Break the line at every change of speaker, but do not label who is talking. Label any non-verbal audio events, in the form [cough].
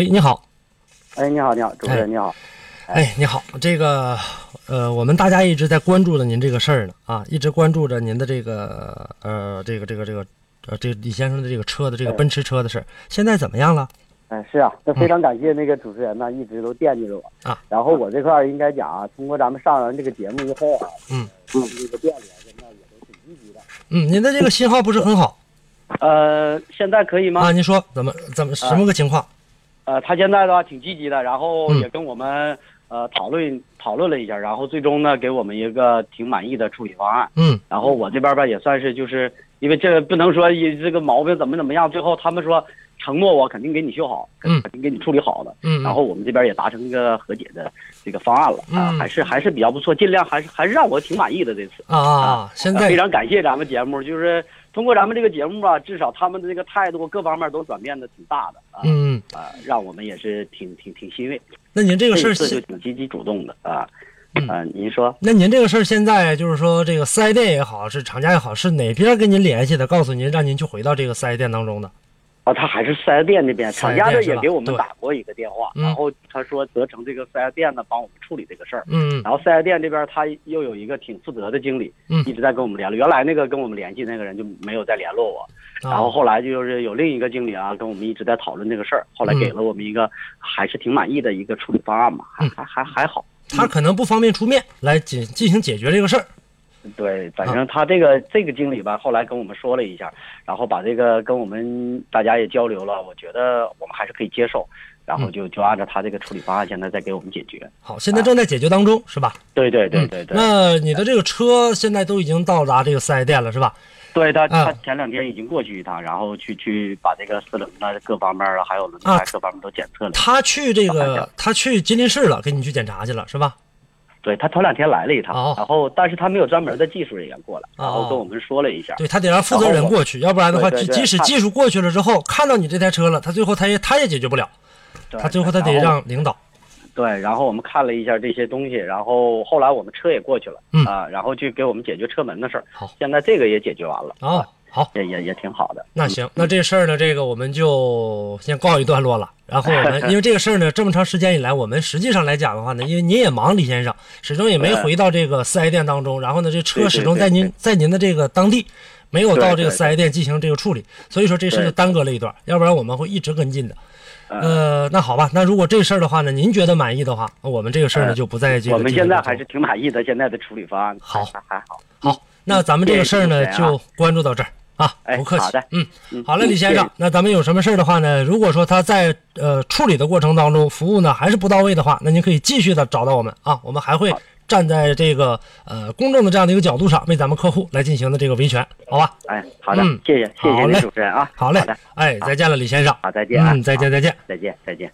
哎，你好，
哎，你好，你好，主持人你好，
哎，你好，这个，呃，我们大家一直在关注着您这个事儿呢，啊，一直关注着您的这个，呃，这个这个这个，呃，这个李先生的这个车的这个
哎
奔驰车的事儿，现在怎么样了？
哎，是啊，那非常感谢那个主持人呢，一直都惦记着我
嗯啊。
然后我这块儿应该讲啊，通过咱们上完这个节目以后啊，
嗯，
这个店里啊现在也都挺积极的。
嗯，您的这个信号不是很好
呃，现在可以
嗯
吗
啊，？您说怎么怎么什么个情况？
呃，他现在的话挺积极的，然后
嗯
也跟我们呃讨论讨论了一下，然后最终呢给我们一个挺满意的处理方案。
嗯
然后我这边吧也算是就是因为这个不能说一这个毛病怎么怎么样，最后他们说承诺我肯定给你修好，
嗯
肯定给你处理好的。
嗯，
然后我们这边也达成一个和解的这个方案了啊
嗯，
还是还是比较不错，尽量还是还是让我挺满意的这次。
啊啊啊，现
非
在
常感谢咱们节目，就是通过咱们这个节目吧，至少他们的这个态度啊各方面都转变的挺大的啊
嗯，
啊，让我们也是挺挺挺欣慰。
那您这个事
这
儿
次就
现，
挺积极主动的啊
嗯
啊，您说
那您这个事儿现在就是说这个四 S 店也好，是厂家也好，是哪边跟您联系的，告诉您让您去回到这个四 S 店当中的？
啊，他还是四 S 店那边，
4S
厂家这
店是
也
吧
给我们
对
打过一个电话，
嗯
然后他说责成这个四 S 店呢帮我们处理这个事儿。
嗯
然后四 S 店这边他又有一个挺负责的经理，
嗯
一直在跟我们联络。原来那个跟我们联系那个人就没有再联络我，
啊
然后后来就是有另一个经理啊，跟我们一直在讨论这个事儿，后来
嗯嗯
给了我们一个还是挺满意的一个处理方案嘛，还还还还好。
他可能不方便出面来进进行解决这个事儿。
对，反正他这个这个经理吧，后来跟我们说了一下，然后把这个跟我们大家也交流了，我觉得我们还是可以接受，然
嗯
后就就按照他这个处理方案，现在再给我们解决。
好，现在正在解决当中，是吧？
对对对啊对对，
那你的这个车现在都已经到达这个四 S 店了，是吧？
对他他
嗯
前两天已经过去一趟，然后去去把这个四轮的各方面啊，还有轮
啊
胎各方面都检测了。
他去这
好
个
的，
他去吉林市了，给你去检查去了，是吧？
对他头两天来了一趟
哦，
然后但是他没有专门的技术人员过来，然后跟我们说了一下。
对他得让负责人过去，要不然的话，
哦对对
即
对
即使
他
技术过去了之后，看到你这台车了，他最后他也他也解决不了，
对
他最后他得
然
让领导。
对，然后我们看了一下这些东西，然后后来我们车也过去了，
嗯
啊，然后去给我们解决车门的事儿。
好
现在这个也解决完了，
啊，好，
也也也挺好的。
那行，那这事儿呢，这个我们就先告一段落了。然后我们
[laughs]
因为这个事儿呢，这么长时间以来，我们实际上来讲的话呢，因为您也忙，李先生始终也没
对
回到这个四 S 店当中。然后呢，这车
嗯对对
始终在
对
您在您的这个当地，没有
对
到这个
对
四 S 店进行这个处理，所以说这事儿就
对
耽搁了一段，要不然我们会一直跟进的。
嗯
呃，那好吧，那如果这事儿的话呢，您觉得满意的话，我们这个事儿呢
呃
就不再这个
我们
进行
现在
跟
还
踪
是挺满意的，现在的处理方案
好
还还好。
好，那咱们这个事儿呢
谢谢主持人
就关注到这儿啊，
哎
不客气。
好的
嗯，
嗯
好嘞，李先生，，那咱们有什么事儿的话呢，如果说他在呃处理的过程当中服务呢还是不到位的话，那您可以继续的找到我们啊，我们还会站在这个呃公众的这样的一个角度上，为咱们客户来进行的这个维权，好吧？
谢谢哎，好的
嗯，
谢谢谢
好
谢
嘞
您主持人啊，
好嘞
好的，
哎，再见了，李先生。
好，再见啊，
嗯，再见，再见。
再见再见。